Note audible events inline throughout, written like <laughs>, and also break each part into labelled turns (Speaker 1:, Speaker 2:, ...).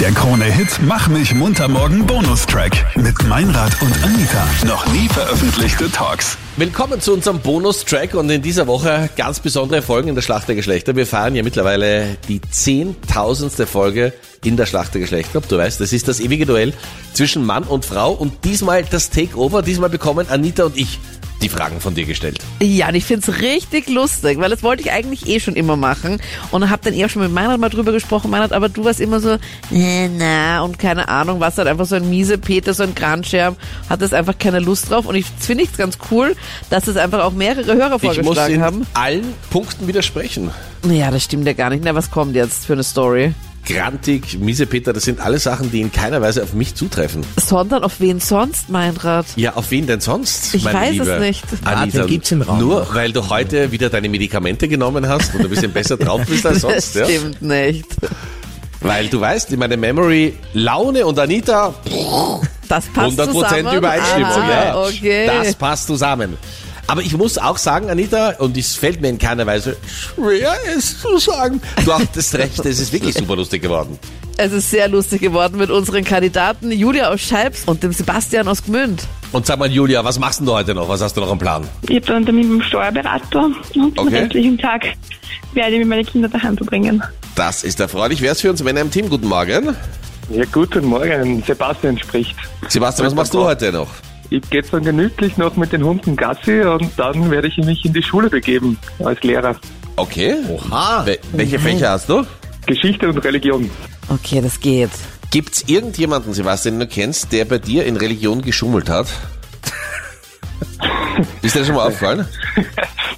Speaker 1: Der Krone-Hit Mach mich munter morgen Bonustrack mit Meinrad und Anita. Noch nie veröffentlichte Talks.
Speaker 2: Willkommen zu unserem Bonustrack und in dieser Woche ganz besondere Folgen in der Schlacht der Geschlechter. Wir feiern ja mittlerweile die zehntausendste Folge in der Schlacht der Geschlechter. Ob du weißt, das ist das ewige Duell zwischen Mann und Frau und diesmal das Takeover. Diesmal bekommen Anita und ich die Fragen von dir gestellt.
Speaker 3: Ja, und ich find's richtig lustig, weil das wollte ich eigentlich eh schon immer machen und hab dann eh auch schon mit Meinrad mal drüber gesprochen, Meinrad, aber du warst immer so, äh, na, und keine Ahnung, warst halt einfach so ein miese Peter, so ein Kranscherm, hattest einfach keine Lust drauf und ich finde es ganz cool, dass es einfach auch mehrere Hörer
Speaker 2: Ich muss
Speaker 3: vorgeschlagen
Speaker 2: in
Speaker 3: haben.
Speaker 2: allen Punkten widersprechen.
Speaker 3: Ja, das stimmt ja gar nicht. Na, was kommt jetzt für eine Story?
Speaker 2: Grantig, Miesepeter, das sind alle Sachen, die in keiner Weise auf mich zutreffen.
Speaker 3: Sondern auf wen sonst, Meinrad?
Speaker 2: Ja, auf wen denn sonst?
Speaker 3: Ich
Speaker 2: meine
Speaker 3: weiß es
Speaker 2: Liebe?
Speaker 3: nicht.
Speaker 2: Anita,
Speaker 4: Atem gibt's im Raum
Speaker 2: Nur
Speaker 4: noch.
Speaker 2: weil du heute wieder deine Medikamente genommen hast und ein bisschen besser drauf bist als sonst, ja?
Speaker 3: <laughs> das stimmt nicht.
Speaker 2: Weil du weißt, meine Memory, Laune und Anita,
Speaker 3: Das passt
Speaker 2: 100%
Speaker 3: zusammen.
Speaker 2: Übereinstimmung.
Speaker 3: ah,
Speaker 2: ja.
Speaker 3: Okay.
Speaker 2: Das passt zusammen. Aber ich muss auch sagen, Anita, und es fällt mir in keiner Weise schwer, es zu sagen. Du hattest recht, es ist wirklich super lustig geworden.
Speaker 3: Es ist sehr lustig geworden mit unseren Kandidaten Julia aus Schalps und dem Sebastian aus Gmünd.
Speaker 2: Und sag mal, Julia, was machst denn du heute noch? Was hast du noch im Plan?
Speaker 5: Ich habe einen Termin beim Steuerberater und
Speaker 2: Okay.
Speaker 5: den restlichen Tag werde ich mit meinen Kindern daheim verbringen.
Speaker 2: Das ist erfreulich. Wer ist für uns Männer im Team? Guten Morgen.
Speaker 6: Ja, guten Morgen. Sebastian spricht.
Speaker 2: Sebastian, was machst du heute noch?
Speaker 6: Ich gehe dann genüglich noch mit den Hunden Gassi und dann werde ich mich in die Schule begeben als Lehrer.
Speaker 2: Okay. Oha. Wel welche Fächer hast du?
Speaker 6: Geschichte und Religion.
Speaker 3: Okay, das geht.
Speaker 2: Gibt's irgendjemanden, Sebastian, den du kennst, der bei dir in Religion geschummelt <laughs> hat? Ist dir das schon mal aufgefallen?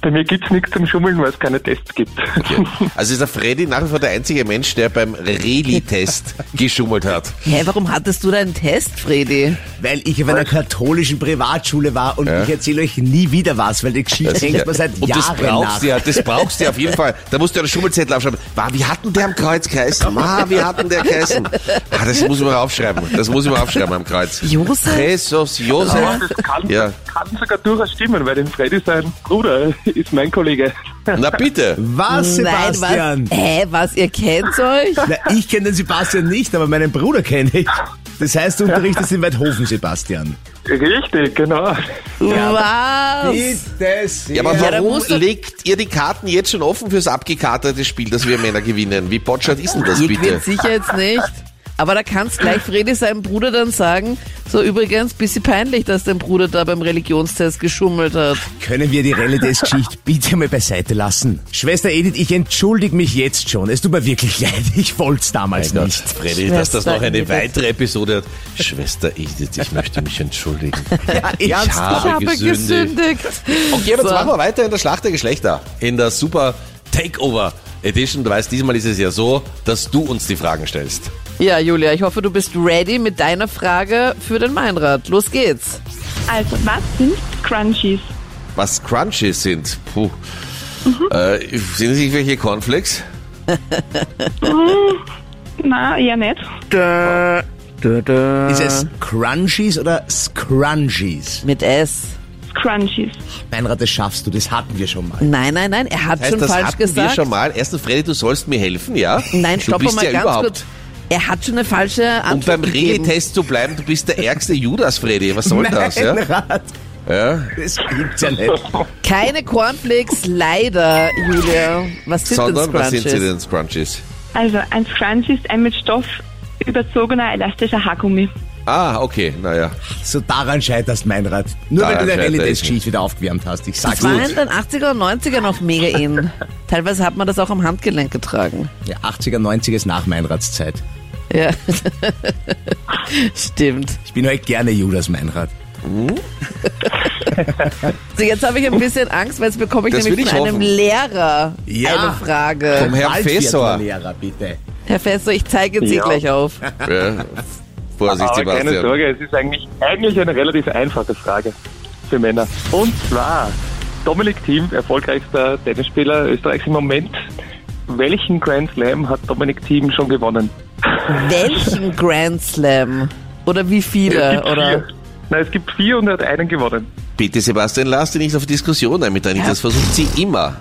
Speaker 6: Bei mir gibt's nichts zum Schummeln, weil es keine Tests gibt.
Speaker 2: Okay. Also ist der Freddy nach wie vor der einzige Mensch, der beim Reli-Test geschummelt hat.
Speaker 3: Hä, warum hattest du da einen Test, Fredi?
Speaker 4: Weil ich auf einer katholischen Privatschule war und ich erzähle euch nie wieder was, weil die Geschichte hängt man seit
Speaker 2: Und das
Speaker 4: Jahren nach.
Speaker 2: brauchst du ja, das brauchst du ja auf jeden Fall. Da musst du ja einen Schummelzettel aufschreiben. Wa, wie hatten der am Kreuz geheißen? Ma, wie hatten der geheißen? Ah, das muss ich mal aufschreiben. Das muss ich mal aufschreiben am Kreuz.
Speaker 3: Josef?
Speaker 2: Jesus,
Speaker 6: <laughs> Aber
Speaker 2: Josef.
Speaker 6: das kann,
Speaker 2: Ja.
Speaker 6: kann sogar durchaus stimmen, weil den Freddy sein Bruder ist mein Kollege. <laughs>
Speaker 2: Na bitte.
Speaker 4: Was, Sebastian?
Speaker 3: Nein, was? Hä, was? Ihr kennt euch?
Speaker 4: Na, ich kenne den Sebastian nicht, aber meinen Bruder kenne ich. Das heißt, du unterrichtest in Weidhofen, Sebastian.
Speaker 6: Richtig, genau.
Speaker 2: Oh.
Speaker 3: Was?
Speaker 4: Bitte sehr.
Speaker 2: Ja, aber
Speaker 3: Ja, da
Speaker 2: warum
Speaker 3: musst du-
Speaker 2: legt ihr die Karten jetzt schon offen fürs abgekartete Spiel, dass wir Männer gewinnen? Wie botschert ist denn das
Speaker 3: Ihr
Speaker 2: bitte?
Speaker 3: gewinnt sicher jetzt nicht. Aber da kannst gleich Fredi seinem Bruder dann sagen, so übrigens, bisschen peinlich, dass dein Bruder da beim Religionstest geschummelt hat.
Speaker 4: Können wir die Rallye-Test-Geschichte bitte mal beiseite lassen? Schwester Edith, ich entschuldige mich jetzt schon. Es tut mir wirklich leid. Ich wollte es damals nicht.
Speaker 2: Freddy, dass das
Speaker 3: Schwester
Speaker 2: noch eine
Speaker 3: Edith.
Speaker 2: weitere Episode hat. Schwester Edith, ich möchte mich entschuldigen.
Speaker 4: Ja,
Speaker 2: Ich
Speaker 4: ernsthaft?
Speaker 2: habe gesündigt. Okay, aber jetzt
Speaker 3: So.
Speaker 2: machen wir weiter in der Schlacht der Geschlechter. In der Super Takeover Edition. Du weißt, diesmal ist es ja so, dass du uns die Fragen stellst.
Speaker 3: Ja, Julia, ich hoffe, du bist ready mit deiner Frage für den Meinrad. Los geht's.
Speaker 5: Also, was sind Crunchies?
Speaker 2: Was Crunches sind, puh. Äh, sind es nicht welche Cornflakes?
Speaker 5: Na, eher nicht.
Speaker 4: Ist es Crunchies oder Scrunchies?
Speaker 3: Mit S.
Speaker 5: Crunchies.
Speaker 4: Meinrad, das schaffst du. Das hatten wir schon mal.
Speaker 3: Nein, nein, nein, er hat
Speaker 2: Heißt,
Speaker 3: schon
Speaker 2: das
Speaker 3: falsch
Speaker 2: hatten
Speaker 3: gesagt.
Speaker 2: wir schon mal. Erstens, Freddy, du sollst mir helfen, ja?
Speaker 3: Nein, stopp
Speaker 2: du bist
Speaker 3: mal
Speaker 2: ja
Speaker 3: ganz
Speaker 2: überhaupt.
Speaker 3: kurz. Er hat schon eine falsche
Speaker 2: Um beim
Speaker 3: Antwort gegeben.
Speaker 2: Regeltest zu bleiben, du bist der ärgste Judas, Freddy. Was
Speaker 3: <laughs>
Speaker 2: soll das, ja?
Speaker 4: Meinrad,
Speaker 2: ja?
Speaker 4: das gibt's ja nicht.
Speaker 3: Keine Cornflakes, leider, Julia. Was sind denn
Speaker 2: Sondern, was
Speaker 3: Scrunches?
Speaker 2: sind sie denn, Scrunches?
Speaker 5: Also, ein Scrunch ist ein mit Stoff überzogener elastischer Haargummi.
Speaker 2: Ah, okay, naja.
Speaker 4: So daran scheiterst, Meinrad. Nur
Speaker 2: Daran
Speaker 4: weil du
Speaker 2: scheitere
Speaker 4: deine
Speaker 2: ich nicht.
Speaker 4: Rallye-Test-Geschichte wieder aufgewärmt hast. Ich sag's
Speaker 3: Das war in
Speaker 4: gut.
Speaker 3: den 80er und 90er noch mega
Speaker 2: <laughs>
Speaker 3: in. Teilweise hat man das auch am Handgelenk getragen.
Speaker 4: Ja, 80er, 90er ist nach Meinrads Zeit.
Speaker 3: Ja. <laughs> Stimmt.
Speaker 4: Ich bin heute gerne Judas Meinrad.
Speaker 3: So, jetzt habe ich ein bisschen Angst, weil jetzt bekomme ich
Speaker 2: Das will
Speaker 3: nämlich
Speaker 2: ich
Speaker 3: von einem
Speaker 2: hoffen.
Speaker 3: Lehrer
Speaker 4: Ja.
Speaker 3: eine Frage.
Speaker 2: Vom Herr Professor.
Speaker 4: Lehrer, bitte.
Speaker 3: Herr Fester, ich zeige jetzt Sie
Speaker 6: Ja.
Speaker 3: gleich
Speaker 6: <laughs>
Speaker 3: auf.
Speaker 2: Ja. Vorsicht,
Speaker 6: Aber
Speaker 2: Sebastian.
Speaker 6: keine Sorge, es ist eigentlich, eigentlich eine relativ einfache Frage für Männer. Und zwar, Dominik Thiem, erfolgreichster Tennisspieler Österreichs im Moment. Welchen Grand Slam hat Dominik Thiem schon gewonnen?
Speaker 3: Welchen Grand Slam? Oder wie
Speaker 6: Es
Speaker 3: viele?
Speaker 6: gibt
Speaker 3: Äh, Oder?
Speaker 6: Äh, vier. Nein, es gibt vier und er hat einen gewonnen.
Speaker 2: Bitte, Sebastian, lass dich nicht auf Diskussion ein mit Anita. Das versucht sie immer.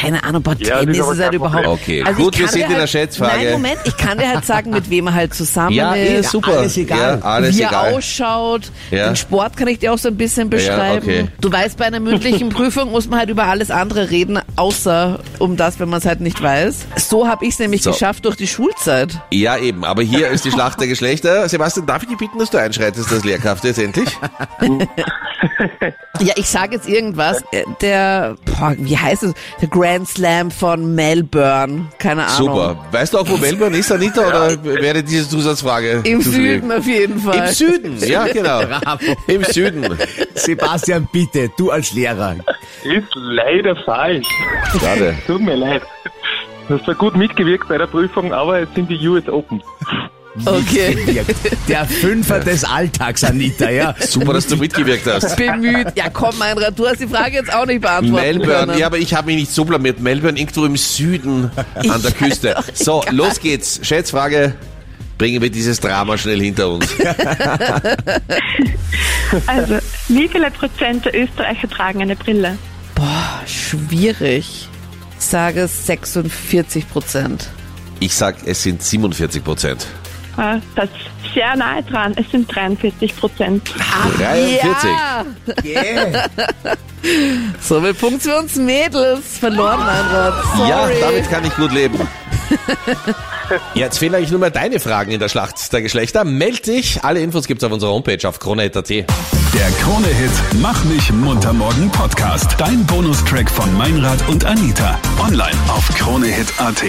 Speaker 3: Keine Ahnung, boah,
Speaker 6: Ja, das ist
Speaker 3: Tennis ist,
Speaker 6: aber
Speaker 3: halt
Speaker 6: kein
Speaker 3: überhaupt.
Speaker 6: Problem.
Speaker 2: Okay,
Speaker 3: ich
Speaker 2: gut, wir
Speaker 3: kann
Speaker 2: sind
Speaker 3: dir
Speaker 2: in der
Speaker 3: halt,
Speaker 2: Schätzfrage.
Speaker 3: Nein, Moment, ich kann dir halt sagen, mit wem er halt zusammen
Speaker 2: Ja, eh,
Speaker 3: ist,
Speaker 2: super.
Speaker 4: alles egal.
Speaker 2: Ja, alles
Speaker 3: wie er
Speaker 2: egal.
Speaker 3: ausschaut.
Speaker 2: Ja.
Speaker 3: Den Sport kann ich dir auch so ein bisschen beschreiben.
Speaker 2: okay.
Speaker 3: Du weißt, bei
Speaker 2: <laughs>
Speaker 3: einer mündlichen Prüfung muss man halt über alles andere reden, außer um das, wenn man es halt nicht weiß. So habe ich es nämlich
Speaker 2: So.
Speaker 3: geschafft durch die Schulzeit.
Speaker 2: Ja, eben. Aber hier ist die Schlacht der Geschlechter. Sebastian, darf ich dich bitten, dass du einschreitest als Lehrkraft jetzt
Speaker 3: <laughs>
Speaker 2: endlich?
Speaker 3: Ja, ich sage jetzt irgendwas. Äh, Der, boah, wie heißt es? Der Grand Slam von Melbourne. Keine Ahnung.
Speaker 2: Super. Weißt du auch, wo Melbourne ist, Anita? Oder wäre diese Zusatzfrage
Speaker 3: Im
Speaker 2: zu
Speaker 3: Süden auf jeden Fall.
Speaker 2: Im Süden,
Speaker 3: <laughs>
Speaker 2: ja, genau.
Speaker 4: Bravo.
Speaker 2: Im Süden.
Speaker 4: Sebastian, bitte, du als Lehrer.
Speaker 6: Ist leider falsch.
Speaker 2: Schade.
Speaker 6: Tut mir leid. Du hast zwar gut mitgewirkt bei der Prüfung, aber es sind die US Open.
Speaker 3: Okay.
Speaker 4: Der Fünfer des Alltags, Anita, ja.
Speaker 2: Super, dass du mitgewirkt
Speaker 3: <laughs>
Speaker 2: hast.
Speaker 3: bemüht. Ja, komm, Meinrad, du hast die Frage jetzt auch nicht beantwortet.
Speaker 2: Melbourne, ja, aber ich habe mich nicht so blamiert. Melbourne irgendwo im Süden an der Küste. So, los geht's. Schätzfrage. Bringen wir dieses Drama schnell hinter uns.
Speaker 5: Also, wie viele Prozent der Österreicher tragen eine Brille?
Speaker 3: Boah, schwierig. Ich sage 46 Prozent.
Speaker 2: Ich sag, es sind 47 Prozent.
Speaker 5: Ah, Das ist sehr nahe dran. Es sind 43 Prozent.
Speaker 2: 43.
Speaker 3: Ja, so viel Punkt für uns Mädels. Verloren, Meinrad.
Speaker 2: Ja,
Speaker 3: Sorry.
Speaker 2: damit kann ich gut leben. Jetzt fehlen eigentlich nur mehr deine Fragen in der Schlacht der Geschlechter. Meld dich. Alle Infos gibt's auf unserer Homepage auf krone.at.
Speaker 1: Der Krone-Hit Mach mich munter morgen Podcast. Dein Bonustrack von Meinrad und Anita. Online auf kronehit.at.